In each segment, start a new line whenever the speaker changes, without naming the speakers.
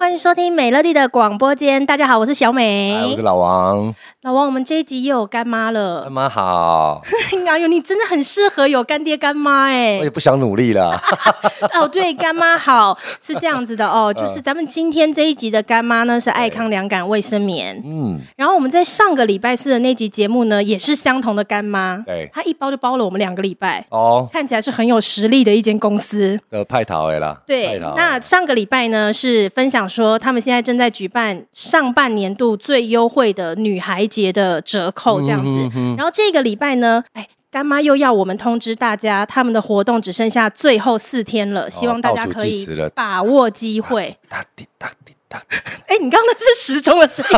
欢迎收听美乐蒂的广播间，大家好，我是小
哎，我
美
是。老王，
老王，我们这一集又有干妈
干
了。
妈好，
哎呦，你真的很适合有干爹干妈哎
我也。不想努力了。
哦，对，干妈好是这样子的 哦，就是咱们今天这一集的干妈呢是爱康凉感卫生棉。
嗯，
然后我们在上个礼拜四的那集节目呢，也是相同的干妈，
对
她一包就包了我们两个礼拜，
哦，
看起来是很有实力的一间公司。
呃，派逃的啦，
对，
派头
那上个礼拜呢是分享说他们现在正在举办上半年度最优惠的女孩节的折扣这样子，
嗯哼哼
然后这个礼拜呢，哎。干妈又要我们通知大家，他们的活动只剩下最后四天了，希望大家
哦倒数
可
计
以
时了
把握机会。
哒滴哒滴哒，
哎、你刚刚那是时钟的声音，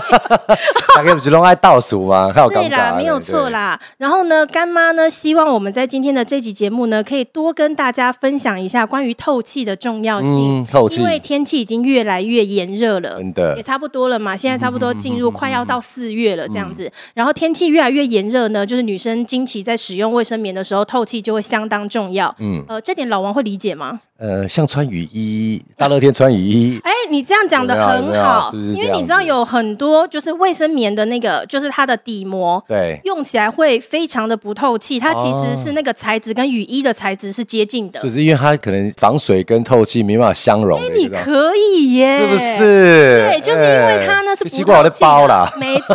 大概不是拢爱倒 数吗？还有尴
对啦，
尬，
没有错
对。
啦。然后呢，干妈呢希望我们在今天的这集节目呢，可以多跟大家分享一下关于透气的重要性，
嗯，透气
因，为天气已经越来越炎热了。
真的
也，差不多了嘛，
嗯
现在差不多进入快要到四月了这样子，然后天气越来越炎热呢，就是女生经期在使用卫生棉的时候，透气就会相当重要。
嗯，
呃，这点老王会理解吗？
呃，像穿雨衣，大热天穿 雨衣，
哎，你这样讲的
有没有有没
很
有
好，
是不是
因
这
为
样
你知道
子
有很多就是卫生棉的那个，就是它的底膜。
对，哦
用起来会非常的不透气，它其实是那个材质跟雨衣的材质是接近的
是。不是因为它可能防水跟透气没办法相容的
哎你
一种？
可以耶，
是不？是？
对，就是因为它呢
哎
是不
奇怪，我
透
在
气
包
的
啦，，
没错，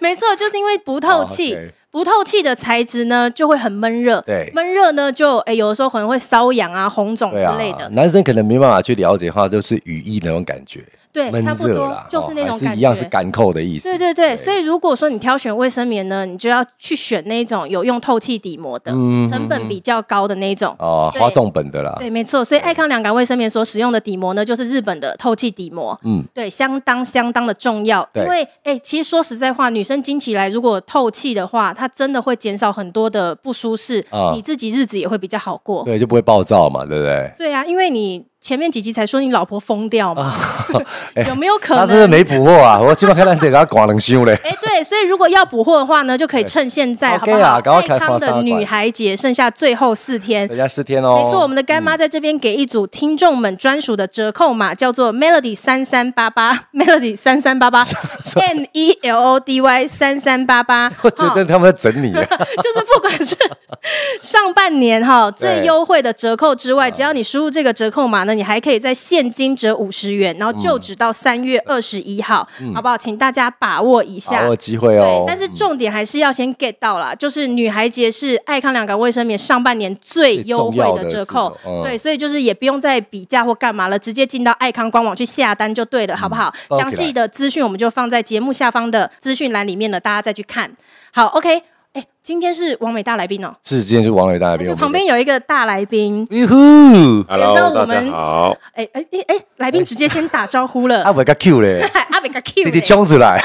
没错，就是因为不透气。
哦，OK
不透气的材质呢，就会很闷热。
对
闷热呢，就哎、有的时候可能会瘙痒啊、红肿之
对啊
类的，。
男生可能没办法去了解的话，就是雨衣那种感觉，
对，
啊闷
差不
热
多
啦，
就是那
哦
种
还
感觉。
是一样是干扣的意思。
对对对，所以如果说你挑选卫生棉呢，你就要去选那种有用透气底膜的，
嗯
成本比较高的那种。
哦，
对
花重本的啦，
对，没错，所以爱康两感卫生棉所使用的底膜呢，就是日本的透气底膜。嗯
嗯，
对，相当相当的重要，因
对
为哎、其实说实在话，女生经期来如果透气的话，它真的会减少很多的不舒适，
啊
你自己日子也会比较好过。
对，就不会暴躁嘛，对不对？
对啊，因为你前面几集才说你老婆疯掉嘛， 有没有可
啊
能？
哎他是不是没补货啊， 我今晚看到得给他刮冷修 嘞。
哎，对，所以如果要补货的话呢，就可以趁现在，好不
OK
好？
啊赶快
爱
开
康
放三
的
款
女孩节剩下最后四天
人，家四天哦，
没错，我们的干妈在这边给一组听众们专属的折扣码，叫做 Melody 三三八八，Melody 三三八八，M E L O D Y 三三八八。
我觉得
哦
他们在整你 啊，
就是不管是上半年哈最
对嗯
优惠的折扣之外，只要你输入这个折扣码呢，你还可以在现金折五十元，然后
嗯
就只到三月二十一号，好不好？请大家把握一下
把。握机会
啊对，。
哦
但是重点还是要先 get 到啦，就是女孩节是爱康两感卫生棉上半年最优惠的折扣
最重要的时，候嗯
对，所以就是也不用再比价或干嘛了，直接进到爱康官网去下单就对了，好不好？
包起
详
来
细的资讯我们就放在节目下方的资讯栏里面了，大家再去看。好，OK，哎，今天是王美大来宾哦，
是今天是王伟大来宾，
就
我们
旁边有一个大来宾，
个。哟呼，
有时候
Hello，
我
大
们
家好。
哎哎哎哎，来宾直接先打招呼了
阿。伟个 Q 嘞，
嗨 阿美个 Q，欸
弟弟
嘞
冲 出来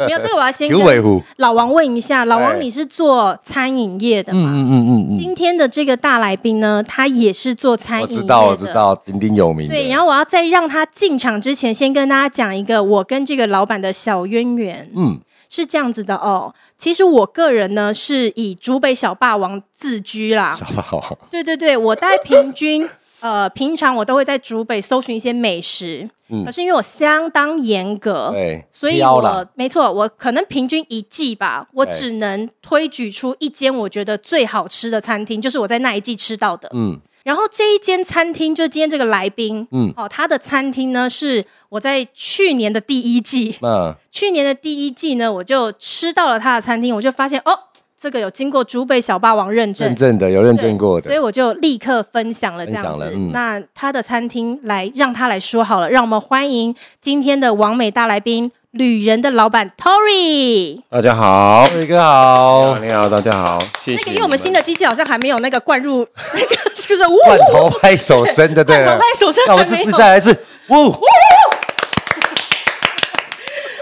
没有这个我要先
，Q 尾
跟
虎。
老王问一下，老王
哎
你是做餐饮业的吗？
嗯嗯嗯嗯嗯，
今天的这个大来宾呢，他也是做餐
我
饮业
知
的。
道我知道，鼎鼎有名的。
对，然后我要在让他进场之前，先跟大家讲一个我跟这个老板的小渊源。
嗯，
是这样子的哦，其实我个人呢是以竹北小霸王自居啦。
小宝，
对对对，我大概平 均呃，平常我都会在竹北搜寻一些美食，
嗯哎
可是因为我相当严格，
对，
哦所以
挑啦
我没错，我可能平均一季吧，我
对
只能推举出一间我觉得最好吃的餐厅，就是我在那一季吃到的。
嗯
然后这一间餐厅，就是今天这个来宾，嗯
嗯，
哦，他的餐厅呢是我在去年的第一季，
嗯，
去年的第一季呢，我就吃到了他的餐厅，我就发现哦，这个有经过竹北小霸王认证
认，证的有认证过
对所以
的，
我就立刻分享了这样
分享
子
了。嗯
那他的餐厅来让他来说好了，让我们欢迎今天的王美大来宾旅人的老板 Tory。
大家好，
伟哥好，
你好，大家好，谢
那
谢。
个，因为我们新的机器好像还没有那个灌入 那个，就是呜，
罐头拍手声的对
罐头
了
拍，手声
那我
还
们
没
这次
有。
再来一次，呜。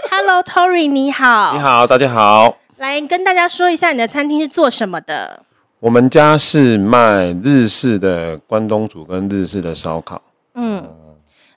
Hello Tory，你好，
你，好，大家好。
来跟大家说一下你的餐厅是做什么的。
我们家是卖日式的关东煮跟日式的烧烤，
嗯，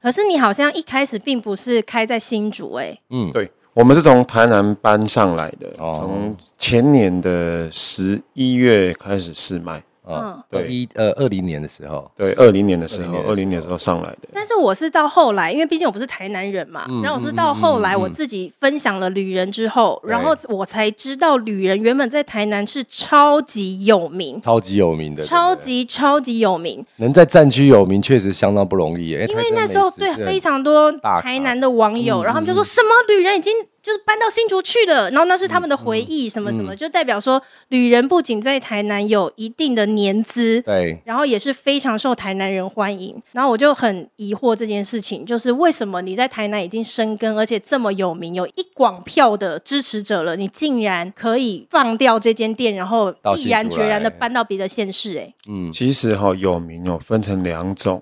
可是你好像一开始并不是开在新竹哎、
嗯对，我们是从台南搬上来的，
哦
从前年的十一月开始试卖，
啊，
嗯对
一呃二零年的时候，
对，二零年的时候，
20
二零年的时候上来的，
但是我是到后来，因为毕竟我不是台南人嘛，
嗯
然后我是到后来我自己分享了旅人之后，然后我才知道旅人原本在台南是超级有名，
超级有名的，
超
对不对
级超级有名。
能在战区有名，确实相当不容易耶，哎因
因为那时候对
啊
非常多
大咖嗯
台南的网友，然后他们就说什么旅人已经就是搬到新竹去了，然后那是他们的
嗯
回忆，什么什么，就代表说旅人不仅在台南有一定的年资。
对
然后也是非常受台南人欢迎，然后我就很疑惑这件事情，就是为什么你在台南已经生根，而且这么有名，有一广票的支持者了，你竟然可以放掉这间店，然后
到新
毅然
竹
决然的
来
搬到别的县市、哎，
其实哈、有名哦分成两种，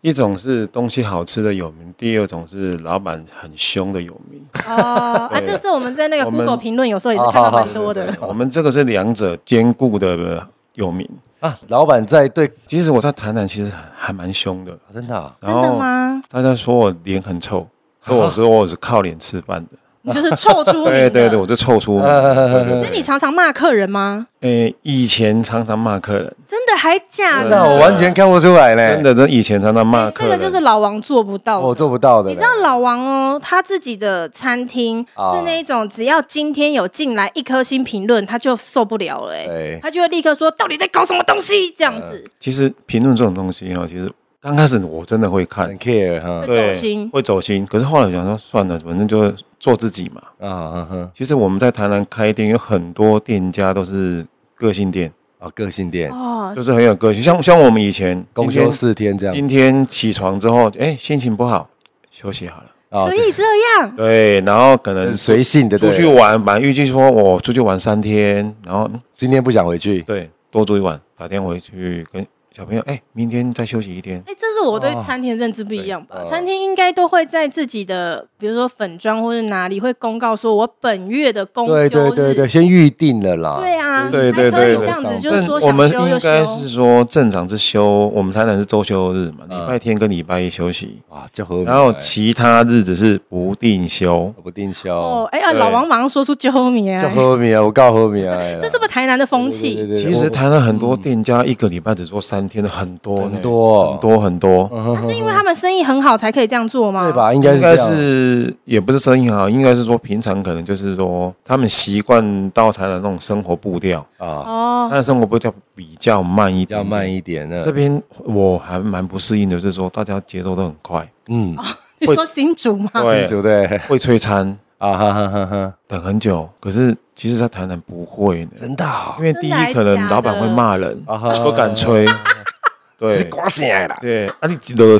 一种是东西好吃的有名，第二种是老板很凶的有 名。
哦，啊，这这我们在那个
我们
Google 评论有时候也是看到蛮多的。
我们这个是两者兼顾的有名。
啊，老板在对，啊
其实我在台南其实还还蛮凶的，
真的啊
真
然
的
后
吗？
大家说我脸很臭，所以我说我是靠脸吃饭的。
你就是臭出名的。
对对对，我就臭出名。对对
那
对
你常常骂客人吗？
诶，以前常常骂客人，
真的还假的？
真的啊，我完全看不出来嘞，哦
真的，真以前常常骂客
哎这
人。
个就是老王做不到的。
我做不到的嘞。
你知道老王哦，他自己的餐厅
啊
是那一种，只要今天有进来一颗星评论，他就受不了了、哎，
对
他就会立刻说到底在搞什么东西这样子，
其实评论这种东西哈，哦其实刚开始我真的会看
很，care 哈
会
对
走心
会走心。可是后来我想说，算了，反正就做自己嘛。
啊啊哈
其实我们在台南开店，有很多店家都是个性店，
啊，个性店
哦，
就是很有个性。像像我们以前
公
今
休
天
四天这样
今天起床之后，哎，心情不好，休息好了。
啊
可，以这样，
对，然后可能
很随性的，
出去
对
玩，本来预计说我出去玩三天，然后嗯
今天不想回去，
对多住一晚，打电话回去跟小朋友，哎，明天再休息一天。
哎、这是我对
哦
餐厅的认知不一样吧？
对哦
餐厅应该都会在自己的，比如说粉妆或者哪里会公告说，我本月的公休
对
日。
对对对，先预定了啦，
对啊，
对
还
对
可以
对
这
对
样子，
上
就是说
我
想
们
休就
应该
休。
是说正常是休，我们台南是周休日嘛，礼
嗯
拜天跟礼拜一休息，
啊，就和
然后其他日子是不定休。
我不定
哦
休，，
哎呀，
对
老王马上说出啾咪
就
啊！哎
和米啊，我告和米啊，
这是不是台南的风
对对
气？
对对
其实台南很多店家一个礼拜只做三天的，很多
很
呢
多
很多很多，
那是因为他们生意很好才可以这样做吗？
嗯对？吧？应该
应
是
该
这样
是也不是生意好，应该是说平常可能就是说他们习惯到台南那种生活步调，
啊，
哦，
他的生活步调比较慢一点，
要慢。一点呢。
这边我还蛮不适应的，就是说大家节奏都很快，
嗯，
你说新竹吗？
对
对不对？
会催餐，
啊哈哈哈哈，
等很久。可是其实，在台南不会的，
真的啊
因为第
真的还
一可能
假
老板会
的
骂人，
啊哈
不敢催。
是
对
刮起来了，
对，啊你的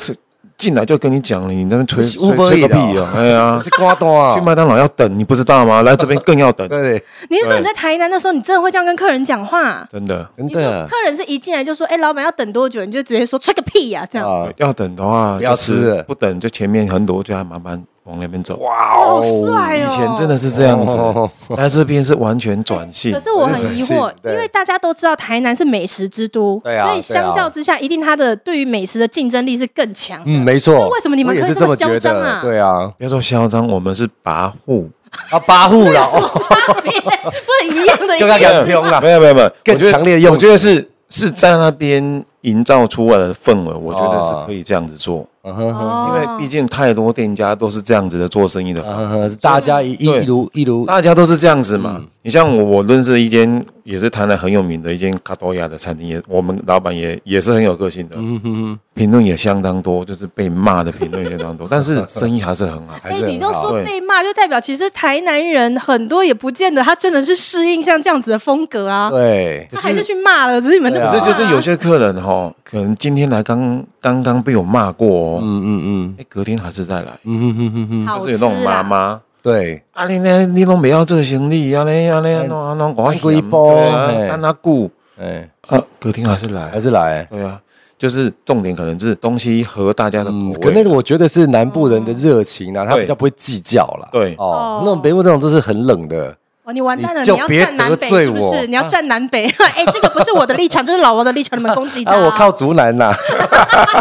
进来就跟你讲了，你那边催
是
催
Uber
催
Eats 的
个屁
哦
哦！哎呀，
是刮断啊
去，麦当劳要等，你不知道吗？来这边更要等，
对，
你是说你在台南的时候，你真的会这样跟客人讲话？
真的。
真
你说
的
客人是一进来就说：“哎，老板要等多久？”你就直接说：“吹个屁呀！”这样，
啊，
要等的话，
不要吃
就是
了
不等就前面很多，就要慢慢往那边走。
哇
好帅哦！
以前真的是这样子
哦，
来这边是完全转性
可。是我很疑惑
是，
因
对
为大家都知道台南是美食之都，
对啊
所以相较之下，一定它的对于美食的竞争力是更 强。
嗯，没错。
那为什么你们
我也
可以
是
这么
么觉
嚣张
得？
啊
对啊，
不要说嚣张，我们是跋扈。
啊，八户 了，哦
差别不是一样的意
就刚
思。
刚用了
没有没有没有，
更
我觉得
强烈的用词
我觉得是是在那边营造出来的氛围，我觉得
哦
是可以这样子做，
嗯哼哼
哦
因为毕竟太多店家都是这样子的做生意的
嗯
方式，
哼，嗯大家一一
对
如一如
大家都是这样子嘛。你像我，我认识一间也是台南很有名的一间卡多亚的餐厅，也我们老板也也是很有个性的，
嗯
评论也相当多，就是被骂的评论也相当多，但是生意还是很好。
还
哎，
是啊
你就
很好。
说
对
被骂，就代表其实台南人很多也不见得他真的是适应像这样子的风格啊，
对，
他还是去骂了，只是你们都
对
可
啊
不
是
骂
就是有些客人哈，可能今天来刚刚刚被我骂过哦，
嗯嗯嗯
哎，隔天还是再来，
嗯哼哼哼哼，
好
就是
吃啊
有那种妈
啦。
妈。
对，
啊，你呢？你拢袂晓做生意，安尼安尼安怎安怎我
规
嫌
波
对啊
嘿
等哪久
哎，
啊？隔天还是
还
来，
是来。
对啊，就是重点可能是东西合大家的口
嗯，
味。啊
可那个我觉得是南部人的热情啊，他比较不会计较啦。
对
哦
哦，
那种北部那种都是很冷的，
哦，你完蛋了！
你
你
就
要
别
站南
得
北
罪
是不是？
啊
我
你要站南北？ 哎，这个不是我的立场，这是
啊
啊
老王的立场，你们攻击他。
啊，我靠竹南呐，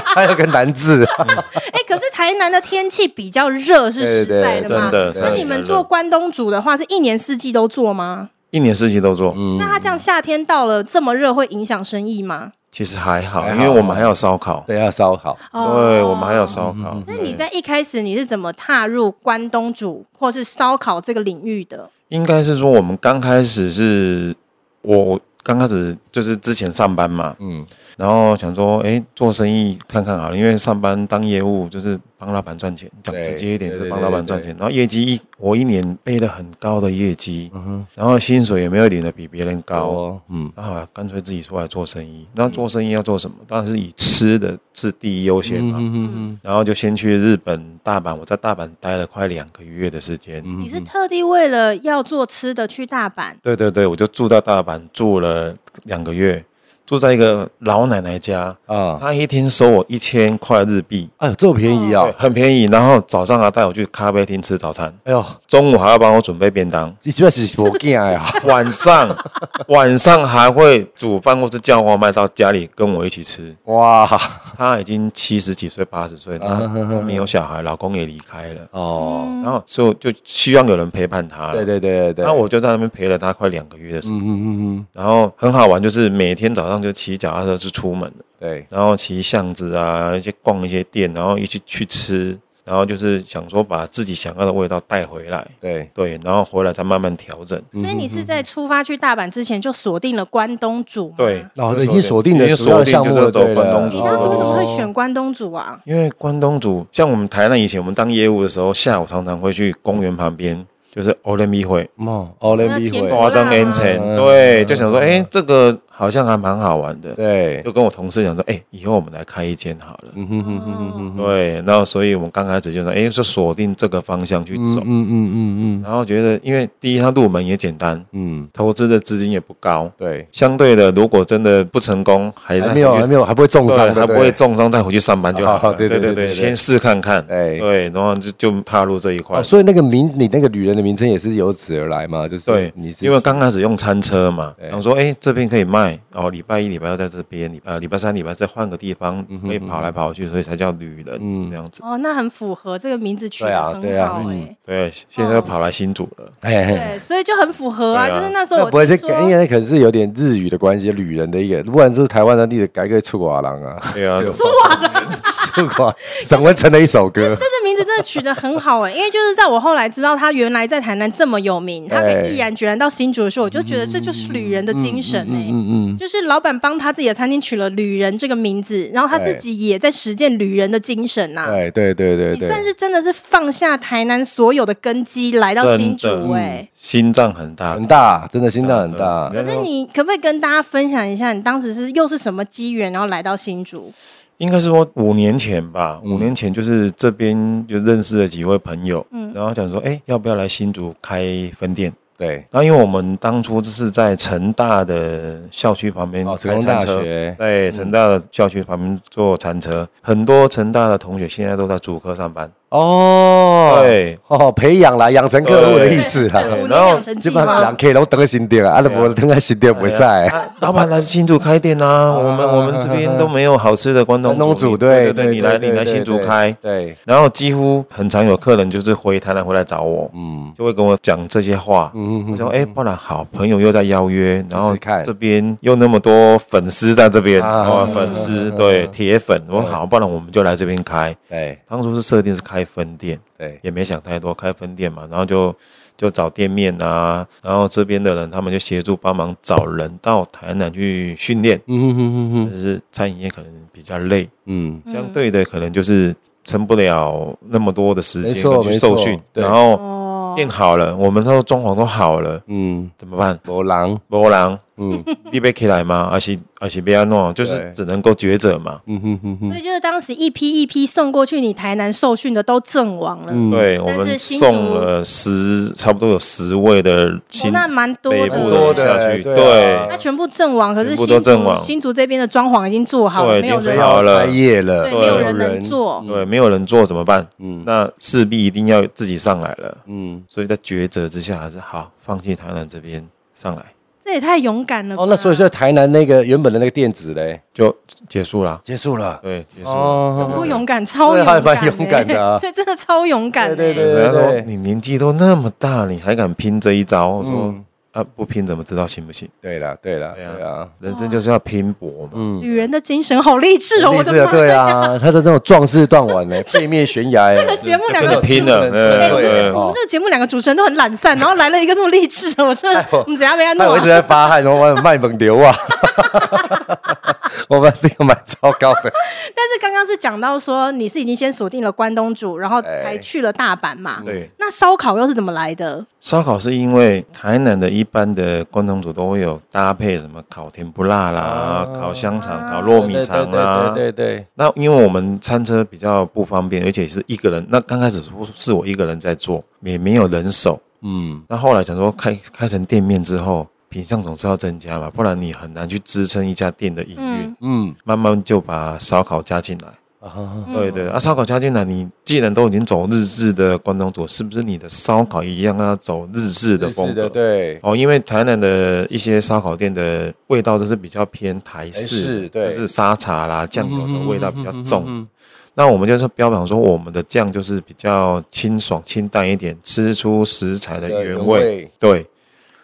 还有个南字，
哎，可是台南的天气比较热是实在的嘛。
真的
那你们做关东煮的话，是一年四季都做吗？
一年四季都做，
嗯
那它这样夏天到了这么热，会影响生意吗？
其实还好，
还
因
好
为我们还有烧烤，
对，要烧烤。
对我们还有烧烤。
哦那你在一开始你是怎么踏入关东煮或是烧烤这个领域的？
应该是说我们刚开始是，我我刚开始就是之前上班嘛，
嗯，
然后想说，哎，做生意看看好了，因为上班当业务就是帮老板赚钱，讲
对
直接一点
对
就
对
是帮
对
老板
对
赚
对
钱。然后业绩一我一年背了很高的业绩，然后薪水也没有领的比别人高，
嗯哦，嗯，
啊，干脆自己出来做生意。那做生意要做什么？当然是以吃的是第一优先
嗯
嗯
嘛。然后就先去日本大阪，我在大阪待了快两个月的时间。
嗯
你是特地为了要做吃的去大阪？
对对对，我就住到大阪住了两个月，住在一个老奶奶家，
啊，
她一天收我一千块日币，
哎呦，这么便宜啊
对，！很便宜。然后早上还带我去咖啡厅吃早餐，
哎呦，
中午还要帮我准备便当。
你这是我惊啊呀！
晚上，晚上还会煮饭或是叫外卖到家里跟我一起吃。
哇，
她已经七十几岁、八十岁，
啊
她
呵呵
没有小孩，老公也离开了，
哦，
然后所以我就希望有人陪伴她。
对。对对对对，
那我就在那边陪了她快两个月的时间，
嗯嗯嗯嗯，
然后很好玩，就是每天早上就骑脚踏车去出门的，
对，
然后骑巷子啊，一些逛一些店，然后一起去吃，然后就是想说把自己想要的味道带回来，
对，
对，然后回来再慢慢调整。
嗯
所以你是在出发去大阪之前就锁定了关东煮吗？
对，
哦，已经锁定
已
的
经
主要
锁定
项
就
目
是
了，哦
走
对
关
了
东煮。
你当时为什么会选关东煮啊？
因为关东煮，像我们台南以前我们当业务的时候，下午常常会去公园旁边，就是 o l 米会
哦？哦，
那
人民
甜
币
对
花灯 N 城
嗯，
对，就想说，哎，这个好像还蛮好玩的，
对，
就跟我同事讲说，哎，以后我们来开一间好了。
嗯哼哼哼哼哼，
对，然后所以我们刚开始就说，哎，就锁定这个方向去走
嗯。嗯嗯嗯
然后觉得，因为第一，它入门也简单，
嗯，
投资的资金也不高，
对，
相对的，如果真的不成功，还是
还没有还没有还不会重伤
对，
的，
还不会重伤，再回去上班就好
啊
了。
对对
对
对对对
先试看看。
哎
对，然后就就踏入这一块
哦，。所以那个名，你那个旅人的名称也是由此而来嘛？就是
对
你，是
因为刚开始用餐车嘛，
对
然后说，哎，这边可以卖，然后礼拜一、礼拜二在这边，礼呃礼拜三、礼拜再换个地方，
嗯
可以跑来跑去，所以才叫旅人这样子。
哦，那很符合这个名字取
对
得
啊
很好
对啊
哎、
嗯
对，现在跑来新竹了。
哎嘿
对，所以就很符合啊。
对啊
就是那时候
那
我
不会
听
是
说
改，应该可能是有点日语的关系，旅人的一个，不然就是台湾当地的改个出寡郎啊，
对啊，
出寡沈文成的一首歌，
这个名 字真的取得很好哎、因为就是在我后来知道他原来在台南这么有名，他可
哎
以毅然决然到新竹的时候，我就觉得这
嗯
就是旅人的精神哎、
嗯嗯，
就是老板帮他自己的餐厅取了“旅人”这个名字，然后他自己也在实践旅人的精神啊呐、
哎，对对对
你算
对，
是真的是放下台南所有的根基来到新
真
竹
的嗯
哎、
心脏很大
很。大，真的心脏很大
嗯，
可是你可不可以跟大家分享一下，你当时是又是什么机缘，然后来到新竹？
应该是说五年前吧，
嗯
五年前就是这边就认识了几位朋友，
嗯
然后想说，哎，要不要来新竹开分店？
对，
然后因为我们当初是在成大的校区旁边
哦，成
开
功
餐
大
车，
学，嗯
对，成大的校区旁边做餐车，很多成大的同学现在都在主科上班，
哦，，
对，
哦，培养啦，养成客户的
对
意思啦
对，五年
然后
养成计
基本上人
划，
客拢等个新店啊，啊，都无等个新店袂使，
啊老板来新竹开店啊，我们我们这边都没有好吃的关东
关东煮，
对
对
对，你来你来新竹开。
对，
然后几乎很常有客人就是回台南回来找我，
嗯
就会跟我讲这些话。
嗯
我说：“哎、不然好，朋友又在邀约，然后
试看
这边又那么多粉丝在这边，
啊
啊，粉丝对铁粉，我说好，不然我们就来这边开。
对
当初是设定是开分店，
对，
也没想太多，开分店嘛，然后就就找店面啊，然后这边的人他们就协助帮忙找人到台南去训练，
嗯嗯嗯
就是餐饮业可能比较累，
嗯
相对的可能就是撑不了那么多的时间
没错
去受训
没错，对
然后
哦，
店好了，我们那时候装潢都好了，
嗯，
怎么办？
无人，
波浪
嗯
你被起来吗？而且而且不要弄，就是
对
只能够抉择嘛。
嗯哼哼哼，
所以就是当时一批一批送过去，你台南受训的都阵亡了。
嗯
对我
但是
们
新
送
竹
了十，差不多有十位的
哦
新
那蛮多
北
的，
部
多
都
的
下去，
对
对
啊
那全部阵亡，可是
全部
新
都阵
竹
亡
新竹这边的装潢已经做好了，
对
没有
已经
人
非常好了
开业了，
对，没有人能做。
对，没有人做怎么办？
嗯
那势必一定要自己上来了。
嗯，
所以在抉择之下，还是好放弃台南这边上来。
这这也太勇敢了吧。
哦，那所以在台南那个原本的那个店址嘞，
就结束了。
结束了。
对，结束了。
哦
不过勇敢，超
对
勇
还
敢、欸，
蛮勇敢的啊
这真的超勇敢、欸。
对对对
人家说你年纪都那么大，你还敢拼这一招？我说、
嗯
啊，不拼怎么知道行不行？
对了，对了，
对啊
对 啊，
人生就是要拼搏嘛。
嗯
女人的精神好励志哦，
很
我
励
的
志的，
妈！
对啊，他的那种壮士断腕 呢，背面悬崖欸，这
节目两
真
个
的拼了
哎我
对
们
对
啊
这我们这个节目两个主持人都很懒 散，然后来了一个这么励志的，我真的， 我们等一下被他
害
弄
哎我一直
啊。
在发汗，然后我卖猛流 啊，我们是一个蛮糟糕的，
但是刚刚是讲到说你是已经先锁定了关东煮，然后
哎
才去了大阪嘛。
对，
那烧烤又是怎么来的？
烧烤是因为台南的一般的关东煮都会有搭配什么烤甜不辣啦、烤香肠、烤糯米肠啊。
啊对对对，
那因为我们餐车比较不方便，而且是一个人。那刚开始是我一个人在做，也没有人手。
嗯，
那后来想说开开成店面之后，品相总是要增加嘛，不然你很难去支撑一家店的营运。
嗯
嗯，
慢慢就把烧烤加进来。
啊，
对对，啊，烧烤加进来，你既然都已经走日式的关东煮，是不是你的烧烤一样要走日式的风
是
格？
的，对，
哦，因为台南的一些烧烤店的味道都是比较偏台
台
式
式
的，
对
就是沙茶啦、酱油的味道比较重。
嗯
那我们就是标榜说，我们的酱就是比较清爽、清淡一点，吃出食材的
对
原
原
味。
味
对，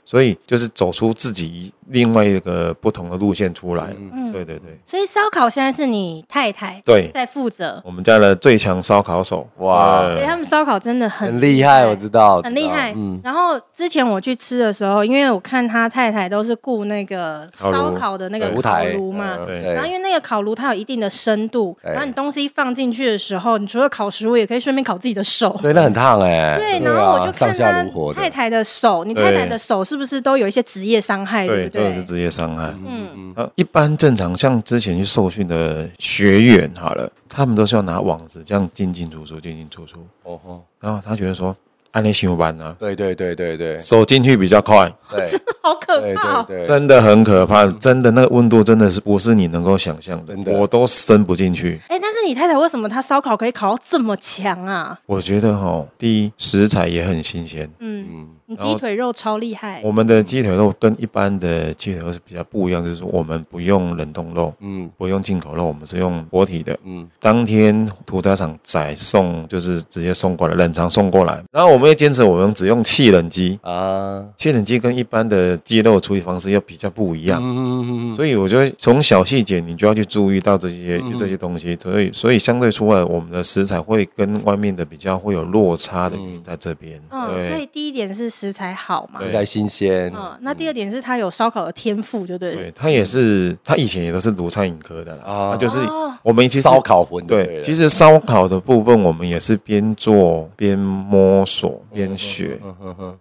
所以就是走出自己另外一个不同的路线出来。
嗯
对对对。
所以烧烤现在是你太太
对
在负责。
我们家的最强烧烤手，
哇
对
对他们烧烤真的很
嗯很啊厉害，我知道，
很
知道
厉害。然后之前我去吃的时候，因为我看他太太都是雇那个
烤炉
烧烤的那个烤
舞台
炉嘛
嗯，
对
然后因为那个烤炉它有一定的深度，
哎
然后你东西放进去的时候，你除了烤食物，也可以顺便烤自己的手。
对，那很烫哎，
对，
啊
然后我就
上
看
下炉火
他
的
太，太的手，你
对
太太的手是不是都有一些职业伤害，对不
对，都
对
是？职业伤害。
嗯，
那一般正常，像之前去受训的学员好了，他们都是要拿网子这样进进出出，进进出出。
哦吼，
然后他觉得说，按你喜欢啊，
对对对对对
手进去比较快，
对
好可
对
怕
对
哦。
对，嗯
真的很可怕，真的那个温度真的是不是你能够想象的
真，的
我都伸不进去。
哎，但是你太太为什么她烧烤可以烤到这么强啊？
我觉得哈，第一食材也很新鲜，
嗯，你
然
鸡
后哦
腿肉超厉害
我，们的鸡腿肉跟一般的鸡腿肉是比较不一样，就是我们不用冷冻肉，
嗯
不用进口肉，我们是用活体的。
嗯，
当天屠宰场宰送就是直接送过来，冷藏送过来。然后我们也坚持我们只用气冷机，
啊，
气冷机跟一般的鸡肉处理方式又比较不一样。
嗯嗯
所以我觉得从小细节你就要去注意到这些、这些东西，所以所以相对出来，我们的食材会跟外面的比较会有落差的原因在这边。
嗯，所以
对
第一点是食材好嘛，
食材新鲜，
嗯，那第二点是他有烧烤的天赋，就对了
对，。他也是他以前也都是读餐饮科的啦，
啊
啊，就是
哦
我们一起
烧烤馄饨，
对，其
实
实烧烤的部分，我们也是边做边摸索
嗯
边学，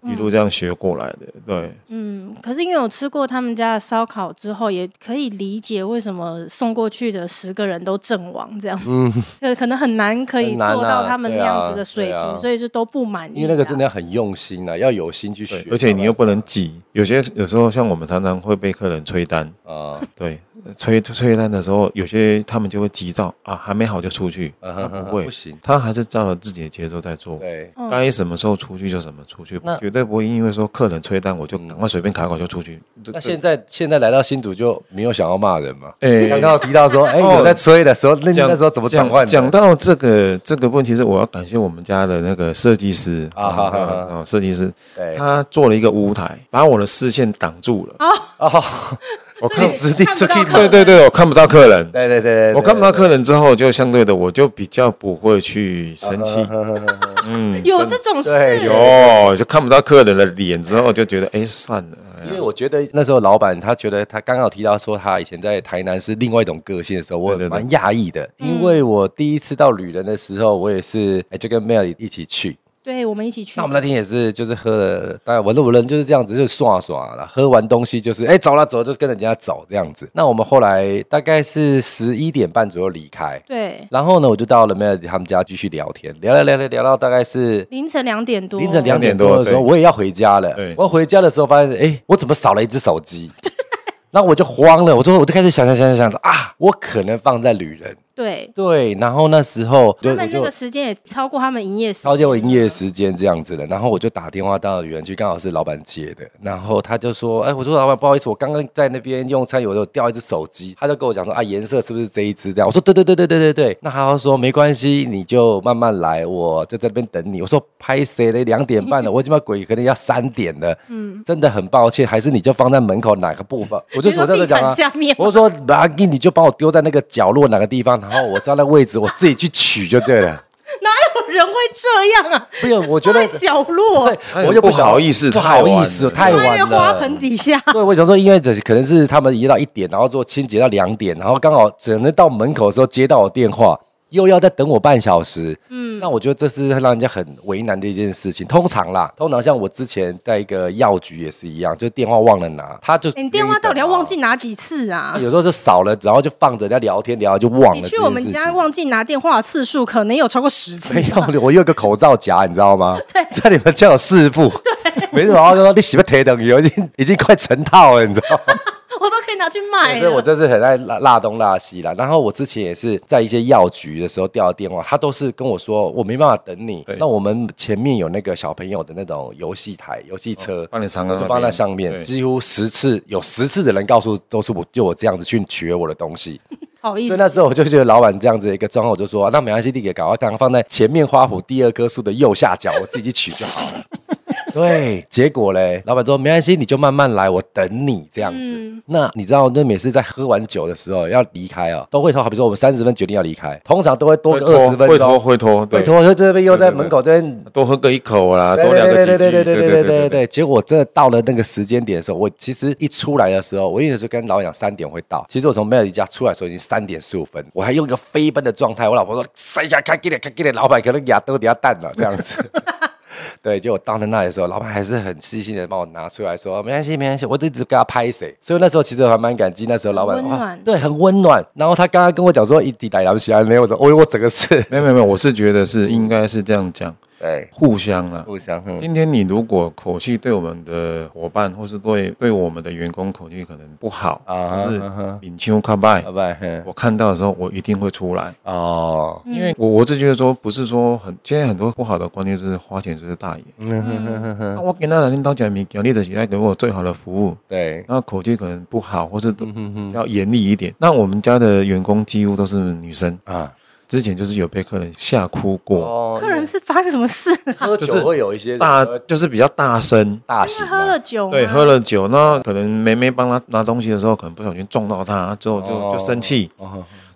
一路这样学过来的。对，
嗯，可是因为我吃过他们家的烧烤之后，也可以理解为什么送过去的十个人都阵亡这样。 嗯，可能很难可以
很难啊
做到他们那样子的水平，
对啊
所以就都不满意啊。
因为那个真的要很用心啊，要有心去学
对，而且你又不能挤，有些有时候像我们常常会被客人催单，
啊，
对，催催单的时候，有些他们就会急躁啊，还没好就出去，
嗯
他
哼哼
不会，
不行
他还是照了自己的节奏在做。
对，
该什么时候出去就什么出去，
那嗯
绝对不会因为说客人催单我就赶快随便卡口就出去。这
那现在现在来到新竹就没有想要骂人嘛？
哎
刚刚有提到说，哎，有在吹的时候，那
讲
那时候怎么转换的？
讲讲到这个这个问题，是我要感谢我们家的那个设计师
啊哈哈哈
啊设计师
对，
他做了一个舞台，把我的视线挡住了。
哦，
我
所以
看
看
看
直立
不到
出去
客
对
人
对对，我看不到客人，
对对对对，
我看不到客
人，
人之后，就相对的我就比较不会去生
啊
气。嗯，
有这种事，
对有
有就看不到客人的脸之后，就觉得哎算了，哎
因为我觉得那时候老板他觉得他刚刚有提到说他以前在台南是另外一种个性的时候，我
对对对嗯
蛮讶异的，因为我第一次到旅人的时候，我也是哎就跟 Mary 一起去，
对我们一起去
那我。们那天也是，就是喝了，当然我认我人就是这样子，就是耍耍啦。喝完东西就是，哎、走了走了，就跟人家走这样子。那我们后来大概是十一点半左右离开，
对，
然后呢，我就到了 Melody 他们家继续聊天，聊聊聊聊聊到大概是
凌晨两点多，
凌晨两点
点
多的时候，
对
我也要回家了
对。
我回家的时候发现，哎、我怎么少了一只手 机？那我就慌了，我说我就开始想想想想想啊，我可能放在旅人。
对，
对，然后那时候就
他
我
们那
就
个时间也超过他们营业时间
超
了，
级我营业时间这样子了，然后我就打电话到园区，刚好是老板接的，然后他就说：“哎，我说老板，不好意思，我刚刚在那边用餐，有有掉一只手机。”他就跟我讲说：“啊，颜色是不是这一只？”这样我说：“对对对对对对对。”那他就说：“没关系，你就慢慢来，我就在那边等你。”我说：“拍谁嘞？两点半了，我已经把鬼可能要三点了。”嗯，真的很抱歉，还是你就放在门口哪个部分？我就
你说
手这
地
个讲
毯
啊
下面，
我说：“阿弟，你就帮我丢在那个角落哪个地方，然后我知道那位置，我自己去取就对了。”
哪有人会这样啊？
不然我觉得
放在角落，
哎
我就
不
想
好意思
不
太
好
晚
意
了
思，太
放
晚
在
了。
花盆底下。
对，我想说，因为这可能是他们移到一点，然后做清洁到两点，然后刚好只能到门口的时候接到我电话，又要再等我半小时。嗯，那我觉得这是让人家很为难的一件事情。通常啦，通常像我之前在一个药局也是一样，就电话忘了拿，他就、
哎你电话到底要忘记？拿几次 啊？
有时候就少了，然后就放着人家聊天，聊就忘了。
你去我们家。忘记拿电话的次数可能有超过十次
没。有，我有一个口罩夹，你知道吗？
对
在你们家有四副，对，没什么，就说你喜不贴等于已经已经快成套了，你知道吗？
我都可以拿去卖
对所以我
了。
真是很爱辣辣东辣西啦。然后我之前也是在一些药局的时候掉电话，他都是跟我说我没办法等你
对。
那我们前面有那个小朋友的那种游戏台、游戏车，
哦帮你藏到
我就
那
放在
边
上面，
对
几乎十次有十次的人告诉都是我就我这样子去取我的东西。
好意
所以
思，
那时候我就觉得老板这样子的一个状况，我就说、啊那没关系，你给搞，当放在前面花圃第二棵树的右下角，我自己去取就好了。对，结果嘞，老板说没关系，你就慢慢来，我等你这样子。那你知道，那每次在喝完酒的时候要离开啊，都会说，好比说我们三十分决定要离开，通常都会多个
会
二
拖
十分
会拖
钟，
会拖，
会
对，
拖，就这边又在
对对
门口这边
多喝个一口啦，
对
多聊个几
对
句，
对对对对对对
对，
对。结果真的到了那个时间点的时候，我其实一出来的时候，我一直就跟老板讲三点会到。其实我从 Melody 家出来的时候已经三点十五分，我还用一个飞奔的状态。我老婆说：“塞下开给点开给点。”老板可能牙都底下蛋了这样子。对，结果到了那里的时候，老板还是很细心的帮我拿出来说，没关系，没关系，我就一直跟他拍谁。所以那时候其实我还蛮感激那时候老板，
很温暖
对，很温暖。然后他刚刚跟我讲说一抵打游戏啊，没有，我说我我整个是，
没有没有没有，我是觉得是应该是这样讲，
对，
互相啦。
互相，嗯
今天你如果口气对我们的伙伴，或是对对我们的员工口气可能不好，
啊
啊，是
啊啊
领秋卡拜
拜，拜，嗯
我看到的时候我一定会出来，
哦，
因为我我是觉得说，不是说很现在很多不好的观念就是花钱就是大爷，
嗯
那我给他领导讲，你奖励的期待给我最好的服务，
对，
那口气可能不好，或是
嗯
要严厉一点。那我们家的员工几乎都是女生，
啊，
之前就是有被客人吓哭过，
哦
客人是发生什么事啊？
喝
就是
有一些
大就是比较大声，
大
因
型
为
啊
喝了酒吗，
对，喝了酒，那可能梅梅帮他拿东西的时候，可能不小心撞到他，之后就、
哦
就生气。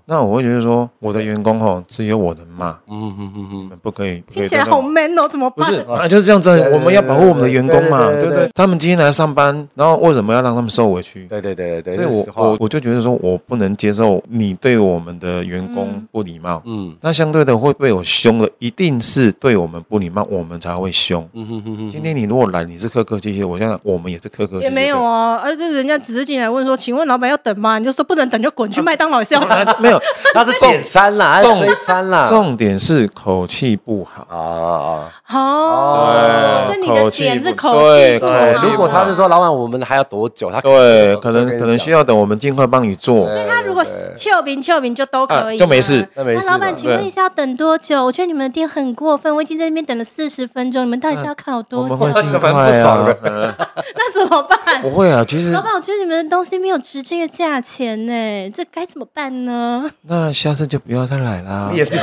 那我会觉得说，我的员工吼，只有我能骂，
嗯嗯嗯
你
嗯，
们不可以，不可
听
以
起来
这样
好 man 哦，怎么
不
办？
是啊，就是这样子
对对，对
我们要保护我们的员工嘛，
对对对
对不
对
对？他们今天来上班，然后为什么要让他们受委屈？
对对对对对，
所以
这
我
实话
我我就觉得说，我不能接受你对我们的员工不礼貌。
嗯
那相对的会被我凶的，一定是对我们不礼貌，我们才会凶。
嗯哼哼 哼，
今天你如果来，你是客客气气，我现在我们也是客客气气，
也没有啊，而且人家只是进来问说，请问老板要等吗？你就说不能等就滚去麦当劳也是要
对不对。
等。
啊没有，
他是点餐啦，他
重
是催餐啦，
重点是口气不好。
啊啊
哦，所以你的点是口气
对
不
啊！
口气
好。
如果他是说老板，我们还要多久？他
对，可能
跟你
可能需
讲
要等我们尽快帮你做。
所以他如果俏饼俏饼就都可以嘛，
啊就没事
那没事
那老板，
嘛
请问一下要等多久？我觉得你们的店很过分，我已经在那边等了四十分钟，你们到底是要烤
我
多
们
久
会？尽快
这蛮不爽
啊
的，
嗯
那怎么办？
不会啊。其 实
老板，我觉得你们的东西没有值这个价钱呢， 这该怎么办呢？
那下次就不要再来啦。
你也是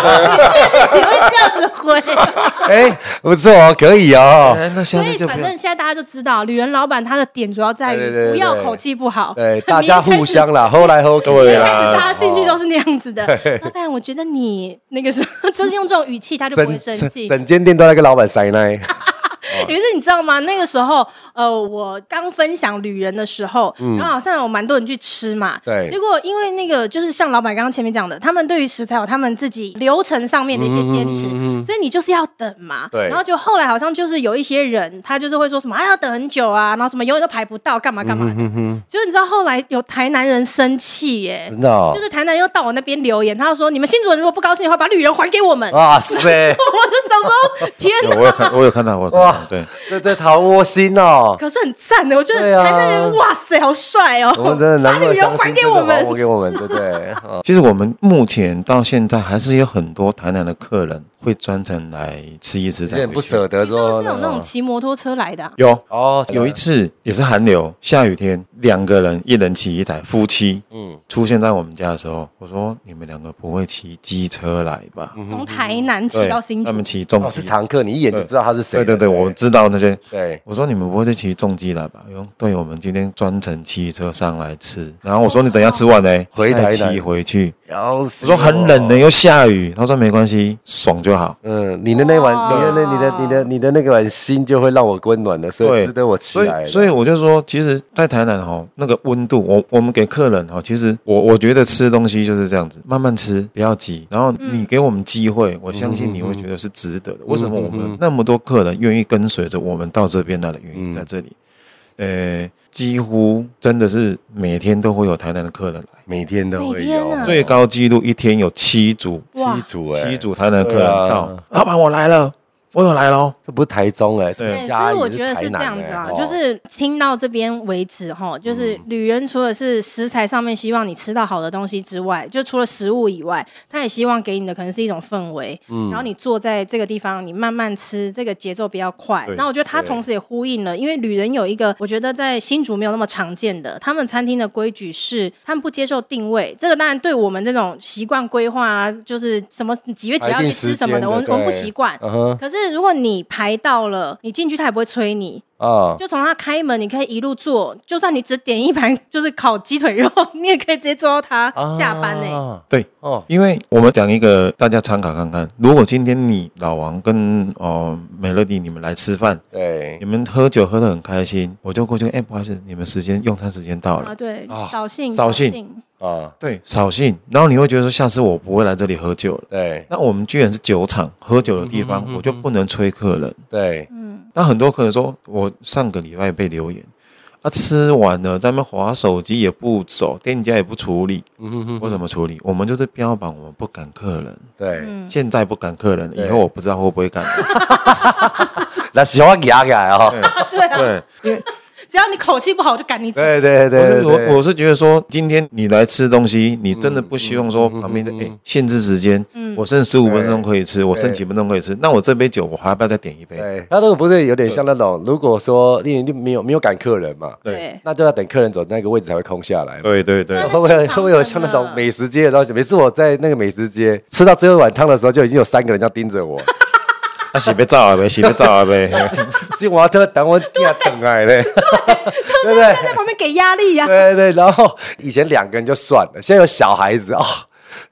你会这样子回？
哎，不错哦，可以 哦。
哎，那下
所
次
以
就
反
不要
正。现在大家就知道，吕元老板他的点主要在
对对对
于
对
不要口气不好，
对，大家互 相啊 哦啦，后来后
对啊
一开
啦
始大家进去都是那样子的。老板，我觉得你那个时候 就是用这种语气，他就不会
整
生气
整。整间店都在跟老板塞 奶，
可是你知道吗？那个时候，呃，我刚分享旅人的时候，然后好像有蛮多人去吃嘛。
嗯对
结果因为那个就是像老板刚刚前面讲的，他们对于食材有他们自己流程上面的一些坚
嗯
持，所以你就是要等嘛。
对
然后就后来好像就是有一些人，他就是会说什么啊要等很久啊，然后什么永远都排不到，干嘛干
嗯
嘛的。结果你知道后来有台南人生气耶、
真的哦
就。是台南又到我那边留言，他说你们新主人如果不高兴的话，把旅人还给我们。
哇塞！
我就想说，天
有我有看，我有看到，我有看
哇
到。对，
这这好窝心哦。
可是很赞的，我觉
对
得
啊
台南人、哇塞，好帅哦！
我们真的
把
难
那
过
个人
伤
还
心，真
给
的
我
还
们，
给哦我们，对不 对？哦
其实我们目前到现在还是有很多台南的客人会专程来吃一吃
有
再
点
回
不
去。
舍得
你是
说
不是有那种骑摩托车来的啊、
有
哦，
有一次也是寒流，下雨天，两个人一人骑一台夫妻
嗯，
出现在我们家的时候，我说你们两个不会骑机车来吧？
从台南骑
对
到新
他
竹
们，骑重
嗯哦
机
是，常客，你一眼就知道他是谁
对
了。
对对，我知道那些。
对，
我说你们不会是骑重机来吧？用对，我们今天专程骑车上来吃。然后我说你等一下吃完呢，
哦回哦台
再
南
骑回去。
我
我说很冷的，。又下雨。他说没关系，爽就好。
嗯，你的那碗，
哇
你的那、你的、你的、你的那个碗心就会让我温暖的，所以
对
值得我起
所
来
以，
了。
所以我就说，其实，在台南哈，那个温度，我我们给客人哈，其实我我觉得吃东西就是这样子，慢慢吃，不要急。然后你给我们机会，我相信你会觉得是值得的。
嗯
为什么我们那么多客人愿意跟随着我们到这边来的原
嗯
因在这里？呃，几乎真的是每天都会有台南的客人来，
每天都
每
会
天
有、
啊
最高纪录一天有七组
七组哎、
七组台南的客人
对啊
到，老板我来了，我有来喽。
这不是台中哎、
对
这
对，
嘉
所以
义
我觉得
台
是这
南
样子啊
哎，
就
哦嗯
是听到这边为止哈，就是旅人除了是食材上面希望你吃到好的东西之外，就除了食物以外，他也希望给你的可能是一种氛围，
嗯
然后你坐在这个地方，你慢慢吃，这个节奏比较快。
对
那我觉得他
对
同时也呼应了，因为旅人有一个我觉得在新竹没有那么常见的，他们餐厅的规矩是他们不接受定位，这个当然对我们这种习惯规划啊，就是什么几月几号
排
去
定
吃
时
什么
间
的，
的
我们我们不
对
习惯。
嗯哼
可是如果你排到了，你进去他也不会催你，
啊，
就从他开门，你可以一路坐，就算你只点一盘就是烤鸡腿肉， 你也可以直接坐到他下班欸呢、
啊
对，
哦，
因为我们讲一个大家参考看看，如果今天你老王跟哦美乐蒂你们来吃饭，
对
你，们喝酒喝得很开心，我就过去，哎、不好意思，你们时间用餐时间到了，
啊，对
啊，
扫兴，
扫兴
兴，
啊，
对，扫兴，然后你会觉得说下次我不会来这里喝酒了。
对
那我们居然是酒厂喝酒的地
嗯
方，我就不能催客人。
对，
那很多客人说，我上个礼拜被留言，啊，吃完了在那边划手机也不走，店家也不处理，
嗯哼哼，
我怎么处理？我们就是标榜我们不赶客人。
嗯
对，
现在不赶客人，
对
以后我不知道会不会赶。
那喜欢牙牙哦，
对啊，
对，因为
只要你口气不好，我就赶你走。
对对
我
对
是
对，
我我是觉得说，今天你来吃东西，你真的不希望说
嗯嗯
旁边的
嗯嗯
哎限制时间，我剩十五分钟可以吃，我剩几分钟可以吃，那我这杯酒我还要不要再点一杯？
对，他那个不是有点像那种，如果说你你没有没有赶客人嘛，
对
对
那就要等客人走，那个位置才会空下来嘛。
对对对
那
会不会
现场
会不会有像那种美食街的东西？每次我在那个美食街吃到最后一碗汤的时候，就已经有三个人要盯着我，
啊，洗杯照啊呗，洗杯照啊呗。
今晚要特等我第二等来嘞，对不对？
在旁边给压力呀、
对对，然后以前两个人就算了，现在有小孩子哦，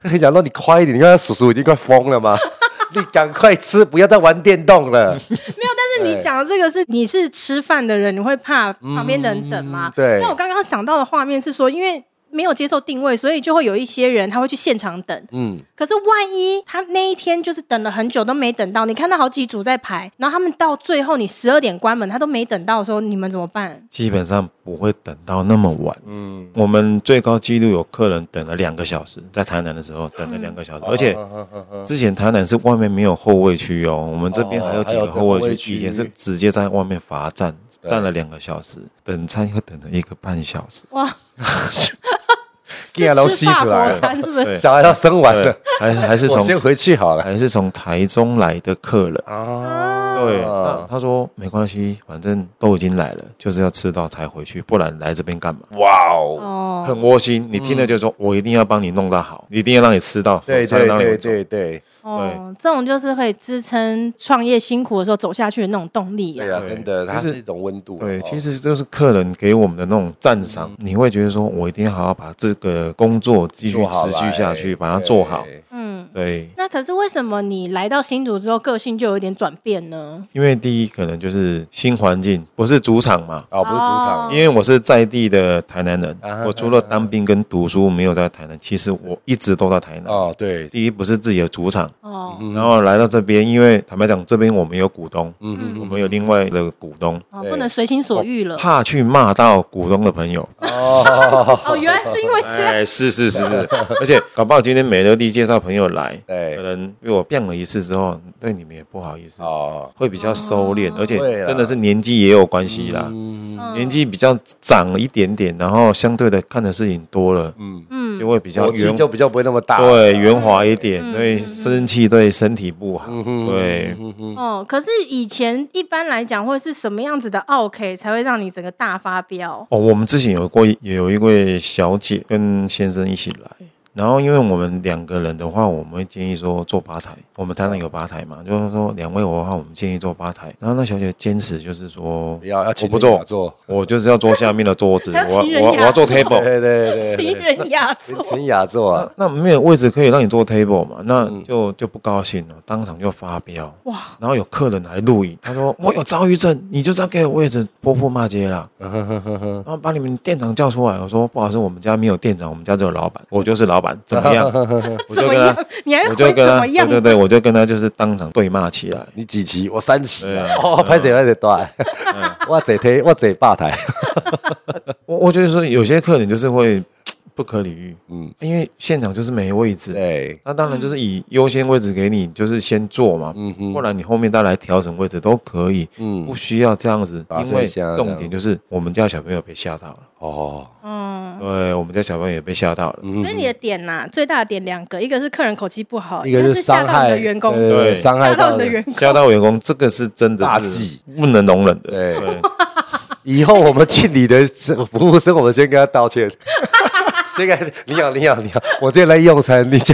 跟你讲说你快一点，你看叔叔已经快疯了吗？你赶快吃，不要再玩电动
没
了。
有，但是你
对
讲的这个是你是吃饭的人，你会怕旁边的人等吗？
嗯对
那我刚刚想到的画面是说，因为没有接受定位，所以就会有一些人他会去现场等。
嗯，
可是万一他那一天就是等了很久都没等到，你看到好几组在排，然后他们到最后你十二点关门，他都没等到的时候，你们怎么 办？
基本上不会等到那么晚。嗯，我们最高纪录有客人等了两个小时，在台南的时候等了两个小时，而且之前台南是外面没有后卫区哦，我们这边还有几
还
个后
有后
卫
卫
区，
区
以前是直接在外面罚站，站了两个小时，等餐又等了一个半小时，
哇，
竟然都吸出来
这吃法国餐
了，
是不是
对？
小孩都生完
对
了，，
还还是
我
从
先回去好了。
还是从台中来的客人。
啊，
对，那他说没关系，反正都已经来了，就是要吃到才回去，不然来这边干嘛？
哇哦，嗯
哦，
很窝心，你听了就说，我一定要帮你弄到好，一定要让你吃到，
对
才
对
能让你
对
走。
对对，
哦，这种就是可以支撑创业辛苦的时候走下去的那种动力
对啊
呀、
呀，
对
真的，它
就是
是一种温度。啊哦
对，其
实
实就是客人给我们的那种赞赏，
嗯
你会觉得说我一定要好好把这个工作继续持续下去，把它做好。
嗯，
对，
那可是为什么你来到新竹之后个性就有点转变呢？
因为第一可能就是新环境，不是主场嘛，
哦，不是主
哦
场，
因为我是在地的台南人
啊哈，啊
我除了当兵跟读书没有在台南，其实我一直都在台南。
哦，嗯对，
第一不是自己的主场，
哦，
然后来到这边，因为坦白讲，这边我们有股东，
嗯
我们有另外的股东，
哦
对
不能随心所欲了。
怕去骂到股东的朋友，
哦
哦，原来是因为这样。
哎，是是是是， 而且搞不好今天美乐蒂介绍朋友来，
对
可能被我变了一次之后，对你们也不好意思，
哦，
会比较收敛，而且
对啦
真的是年纪也有关系啦，
嗯
年纪比较长一点点，然后相对的看的事情多了，嗯嗯，就会嗯比较
火气
圆，
就比较不会那么大。
对，圆滑一点，对，生气对身体不好，
嗯
对，
哦，可是以前一般来讲会是什么样子的 OK 才会让你整个大发飙？
哦，我们之前有过一有一位小姐跟先生一起来，然后因为我们两个人的话，我们会建议说做吧台，我们台南有吧台嘛，就是说两位我的话，我们建议做吧台。然后那小姐坚持就是说
不，要要
我不做
做，
我就是要坐下面的桌子，我
还 要
要
情人
我要我要做
雅座
table，
对对对
情
对，
人雅座，
秦雅座啊，
那没有位置可以让你做 table 嘛，那就就不高兴了，当场就发飙。哇！然后有客人来录影，他说我有躁郁症，你就是要给我位置，泼妇骂街啦。然后把你们店长叫出来，我说不好意思，我们家没有店长，我们家只有老板，我就是老板，怎么样？我
怎
就
么
跟
样
他，？
你还
我
会
就
怎
跟他，
么
对
样？
对对，我就跟他就是当场对骂起来。
你几级？我三级
对
啊
啊！嗯
哦，拍谁拍谁大，我这 台我这吧台，
我我觉得说有些客人就是会不可理喻，
嗯
嗯，因为现场就是没位置，
对，
那当然
嗯
就是以优先位置给你，就是先做嘛，不然你后面再来调整位置都可以，
嗯
不需要这样子
打，
因
碎
为
一下
重点就是我们家小朋友被吓到了，
哦，
嗯，
对，我们家小朋友也被吓到了，
嗯
所以你的点呐，最大的点两个，一个是客人口气不好，
一个
哦是吓
伤
到
害
你的员
对
工，
对对
对
伤害
吓
到
到你的
人
员工。
吓到员工，这个是真
大
的是
忌
不能容忍的，
对
对，
以后我们进你的这个服务生，我们先跟他道 歉。先跟他你好，你好，你好，我今天来用餐，你叫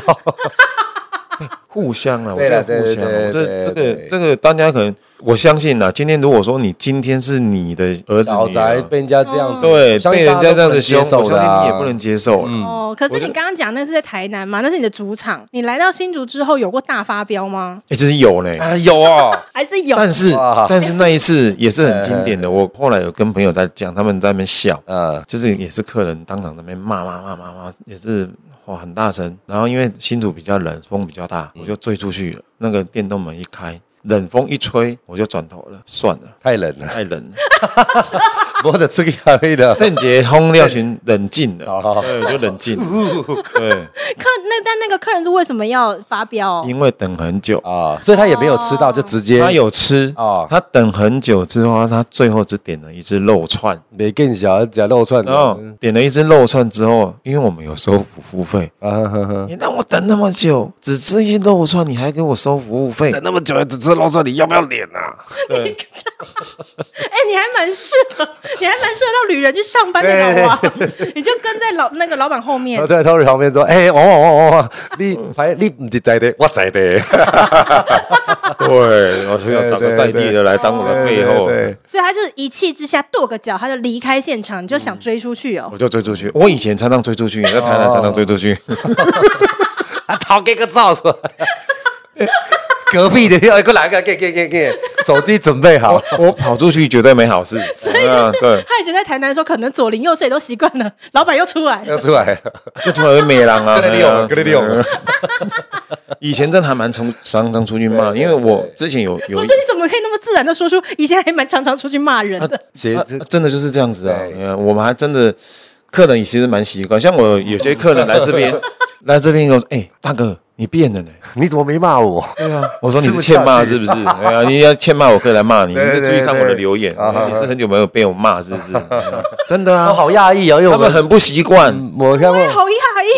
互相啊，我
对
觉
啦
得互相啊，
对对
我觉得这
对
个
对
这个大家可能我相信呐，今天如果说你今天是你的儿子
小
女儿
宅被人家这样子，
啊哦对
相
被
信
人
大
家
都不能
这样子
接
凶，嗯我相
受的啊
信你也不能接受了。
哦，可是你刚刚讲那是在台南嘛，那是你的主场。你来到新竹之后，有过大发飙吗？
欸其实有呢，
啊，有哦，
还是有？
但是
哇
但是那一次也是很经典 的。我后来有跟朋友在讲，他们在那边笑，
嗯，
就是也是客人当场在那边骂骂骂骂骂，也是哇很大声。然后因为新竹比较冷，风比较大，我就
嗯
追出去了。那个电动门一开，冷风一吹，我就转头了，算了，
太冷了，
太冷了。啊
我的这个咖啡 的，
圣杰轰料群冷静了，
哦
对，我就冷静了，对，
客那但那个客人是为什么要发飙？
因为等很久。
啊，所以他也没有吃到，就直接
哦他有吃
哦
他等很久之后，他最后只点了一只肉串，
没更小夹肉串的
然，后点了一只肉串之后，因为我们有收服务费，
啊呵呵呵
你让我等那么久，只吃一肉串，你还给我收服务费？
等那么久只吃肉串，你要不要脸啊？
对，
哎、你还蛮适合，你还蛮适合到旅人去上班的老王， 你就跟在老那个老板后面
我。在他们旁边说：“哎、王王王王王，你排你不是在的，我在的。
对，我就要找个在地的来当我的背后，
对
所以他就是一气之下跺个脚，他就离开现场，你就
嗯
想追出去哦
我。就追出去。我以前常常追出去，在台南常常追出去，
啊，掏给个照出来。 隔壁的要过来个，给给给给，手机准备好。
我跑出去绝对没好事。嗯，对，
他以前在台南的时候，可能左邻右舍也都习惯了，老板又出来，
呃
要出来，
就出来会没人啊，
跟你
嘿啊
用，跟你用。
以前真的还蛮常常常出去骂，因为我之前有有
不
一
是你怎么可以那么自然的说出以前还蛮常常出去骂人的？
其
啊
实
啊真的就是这样子啊。
对
嗯我们还真的客人也其实蛮习惯，像我有些客人来这 边，来这边跟我说：“哎、大哥，你变了呢。
你怎么没骂我？”
对啊，我说你
吃
是
不
欠骂
下去
是 不是？哎呀，你要欠骂我可以来骂你，你
对
是注意看我的
对对
留言，
啊
你是很久没有被我骂是 不是？嗯真的
我
啊，
好嗯讶异哦，因为
他
我
们
们
很不习惯。
我看
我也
过，
哎好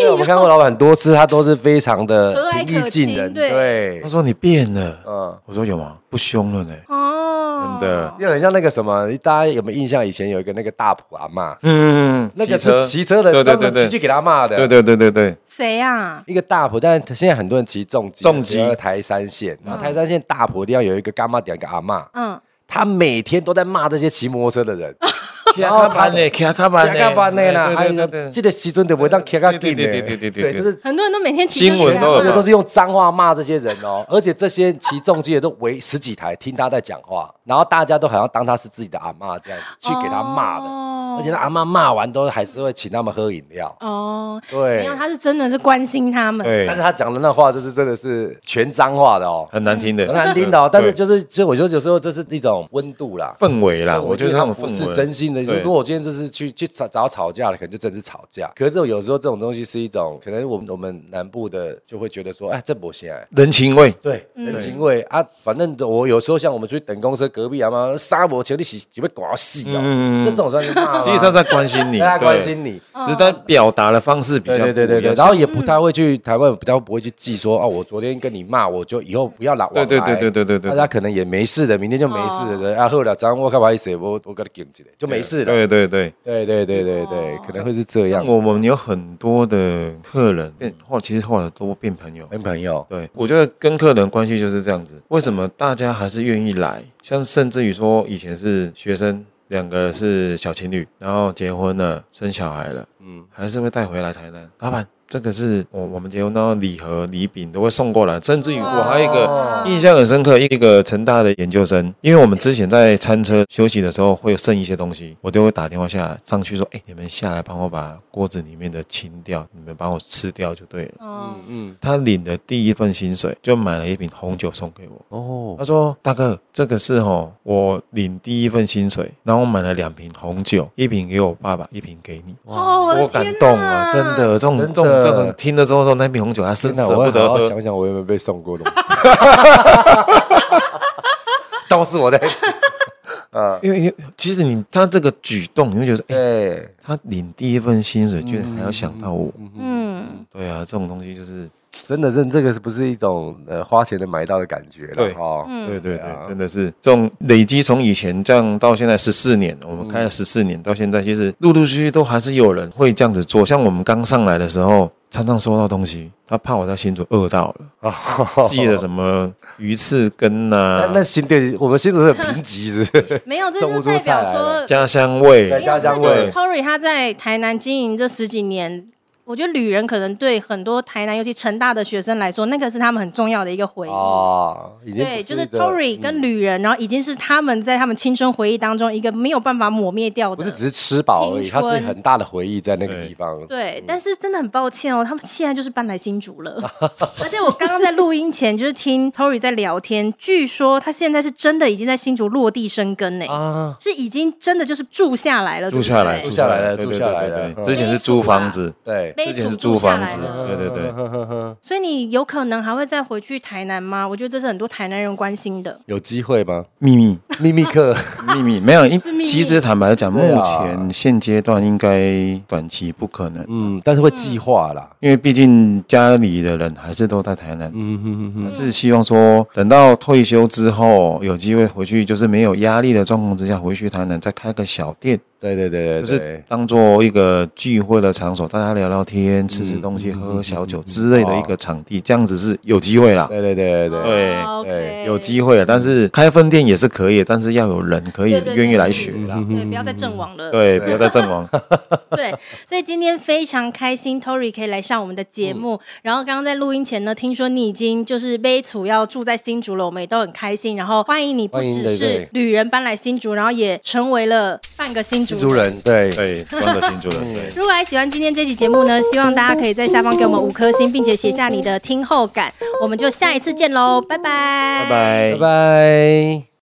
对
压
我
啊
们
抑
看
哦。
过老板很多次，他都是非常
和
的
蔼
平易
可
近
亲
人，
对
对
他，说你变了，
嗯。
我说有吗？不凶了呢。
哦，
真的
就很像那个什么，大家有没有印象？以前有一个那个大埔阿嬷，
嗯，
那个是骑车的，
对对
专
对
门骑
对，
去给他骂的。
对对对对对，
谁啊？
一个大埔，但是现在很多人骑重机，啊
重机
比如说台山线，然后台山线大埔一定要有一个干妈点一个阿嬷，
嗯，
他每天都在骂这些骑摩托车的 人，
卡
哦
卡班呢，卡卡班呢，
加班的啦，
哎对对对
这个时阵就不当开个
对
店
对对对对对对
就是。
很多人都每天骑车
新闻
去啊
都有
这个都是用脏话骂这些人哦， 而且这些骑重机的都围十几台听他在讲话，然后大家都好像当他是自己的阿嬷这样子去给他骂的，
哦哦
而且他阿妈骂完都还是会请他们喝饮 料。
哦，没
对
有，，他是真的是关心他们。
对
但是，他讲的那话就是真的是全脏话的 哦，
很难听的，
很难听的哦。
对
但是就是就我觉得有时候就是一种温度啦。
氛围啦，啊我觉得那
他
种
们
氛
不
围
是真心的。
对
如果我今天就是去去找找吵架了，可能就真的是吵架。可是这种有时候这种东西是一种，可能我们我们南部的就会觉得说，哎，这不行。
人情味，
对，人情味啊，反正我有时候像我们去等公车，隔壁阿妈杀我球，你洗几被刮死
嗯
哦，那这种算是骂吗
其实他在关 心你，
大家
对
啊关，心你，啊
只是他表达的方式比较
对对对对
不一
对，
样
然后也不太会去台湾比较不会去记说哦，我昨天跟你骂，我就以后不要来往来。
对对对对对对对
大家可能也没事的，明天就没事了。啊，后来早上我看不好意思，我我给他顶起来就没事了。
对对对，
对对对对对，可能会是这样
像。我们有很多的客人变，后其实后来都变朋友。
跟朋友，
对，我觉得跟客人关系就是这样子。为什么大家还是愿意来？像甚至于说，以前是学生，两个是小情侣，然后结婚了，生小孩了，嗯，还是会带回来台南。老板，这个是我我们结婚然后礼盒、礼饼都会送过来。甚至于我还有一个印象很深刻，一个成大的研究生，因为我们之前在餐车休息的时候会有剩一些东西，我都会打电话下来上去说，哎、你们下来帮我把锅子里面的清掉，你们帮我吃掉就对了。
哦，
嗯，
他领的第一份薪水就买了一瓶红酒送给我。
哦，
他说：“大哥，这个是哦，我领第一份薪水，然后我买了两瓶红酒，一瓶给我爸爸，一瓶给你。”
哦我的
多
天
感
哪
动啊！真的，这种
真的
这种这种听的时候说那瓶红酒，他是
真的，
舍
我
不
会
得
好好
喝。
想想我有没有被送过东西，都是我在吃。嗯，
因为因为其实你他这个举动，你会觉得，
嗯
哎、
对，
他领第一份薪水，居然还要想到我。
嗯，
对啊，这种东西就是，
真的，这这个是不是一种呃花钱能买到的感觉了？
对
哦，
嗯
对对
对
对
啊，
真的是这种累积，从以前这样到现在十四年，我们开了十四年到现在，其实陆陆续续都还是有人会这样子做。像我们刚上来的时候，常常收到东西，他怕我在新竹饿到了， 寄了什么鱼翅羹 啊
那
呐、
那新店，我们新竹是很贫瘠，是不 是？
没有，这就
这屋主
代
菜
表
来
说
了
家乡味
对，家乡
这就是
味
Tory 他在台南经营这十几年，我觉得旅人可能对很多台南，尤其成大的学生来说，那个是他们很重要的一个回忆。
哦，已经
对，
不
就是
一个嗯
Tory 跟旅人，然后已经是他们在他们青春回忆当中一个没有办法抹灭掉
不是
的。
只是吃饱而已，
青
它
春
是很大的回忆在那个
对
地方。
对，
嗯
但是真的很抱歉哦，他们现在就是搬来新竹了。 而且我刚刚在录音前就是听 Tory 在聊天，据说他现在是真的已经在新竹落地生根呢，
啊，
是已经真的就是住下来了，
住
对
下
不
来，
对
住下来了
对
住
对
下
对
来
对
了
对之前是租房子，
对，
被
之前
主
是
住
租
下
房
来
子，
了。
对对对。
所以你有可能还会再回去台南吗？我觉得这是很多台南人关心的。
有机会吗？
秘密，
秘密课
秘密没有。因
秘密
其实坦白 讲，
对
目
啊
前现阶段应该短期不可能，
嗯，但是会计划啦。
因为毕竟家里的人还是都在台南，
嗯哼哼哼，
还是希望说等到退休之后有机会回去，就是没有压力的状况之下回去台南再开个小店，
对对对对
就是
对，
当做一个聚会的场所，大家聊聊天、吃吃东西、喝喝小酒之类的一个场地，这样子是有机会啦。
对对对对对，
对
哦，OK，
有机会了，但是开分店也是可以，但是要有人可以
对对对
愿意来学啦。
对，不要再阵亡了。
对，不要再阵亡。
对，所以今天非常开心，Tory 可以来上我们的节
嗯
目。然后刚刚在录音前呢，听说你已经就是杯楚要住在新竹了，我们也都很开心。然后欢迎你不
欢迎
只
对
是
对
旅人搬来新竹，然后也成为了半个新竹
新竹人对，
对，装的清楚了。对
如果还喜欢今天这期节目呢，希望大家可以在下方给我们五颗星，并且写下你的听后感。我们就下一次见喽，拜拜，拜
拜拜
拜。拜。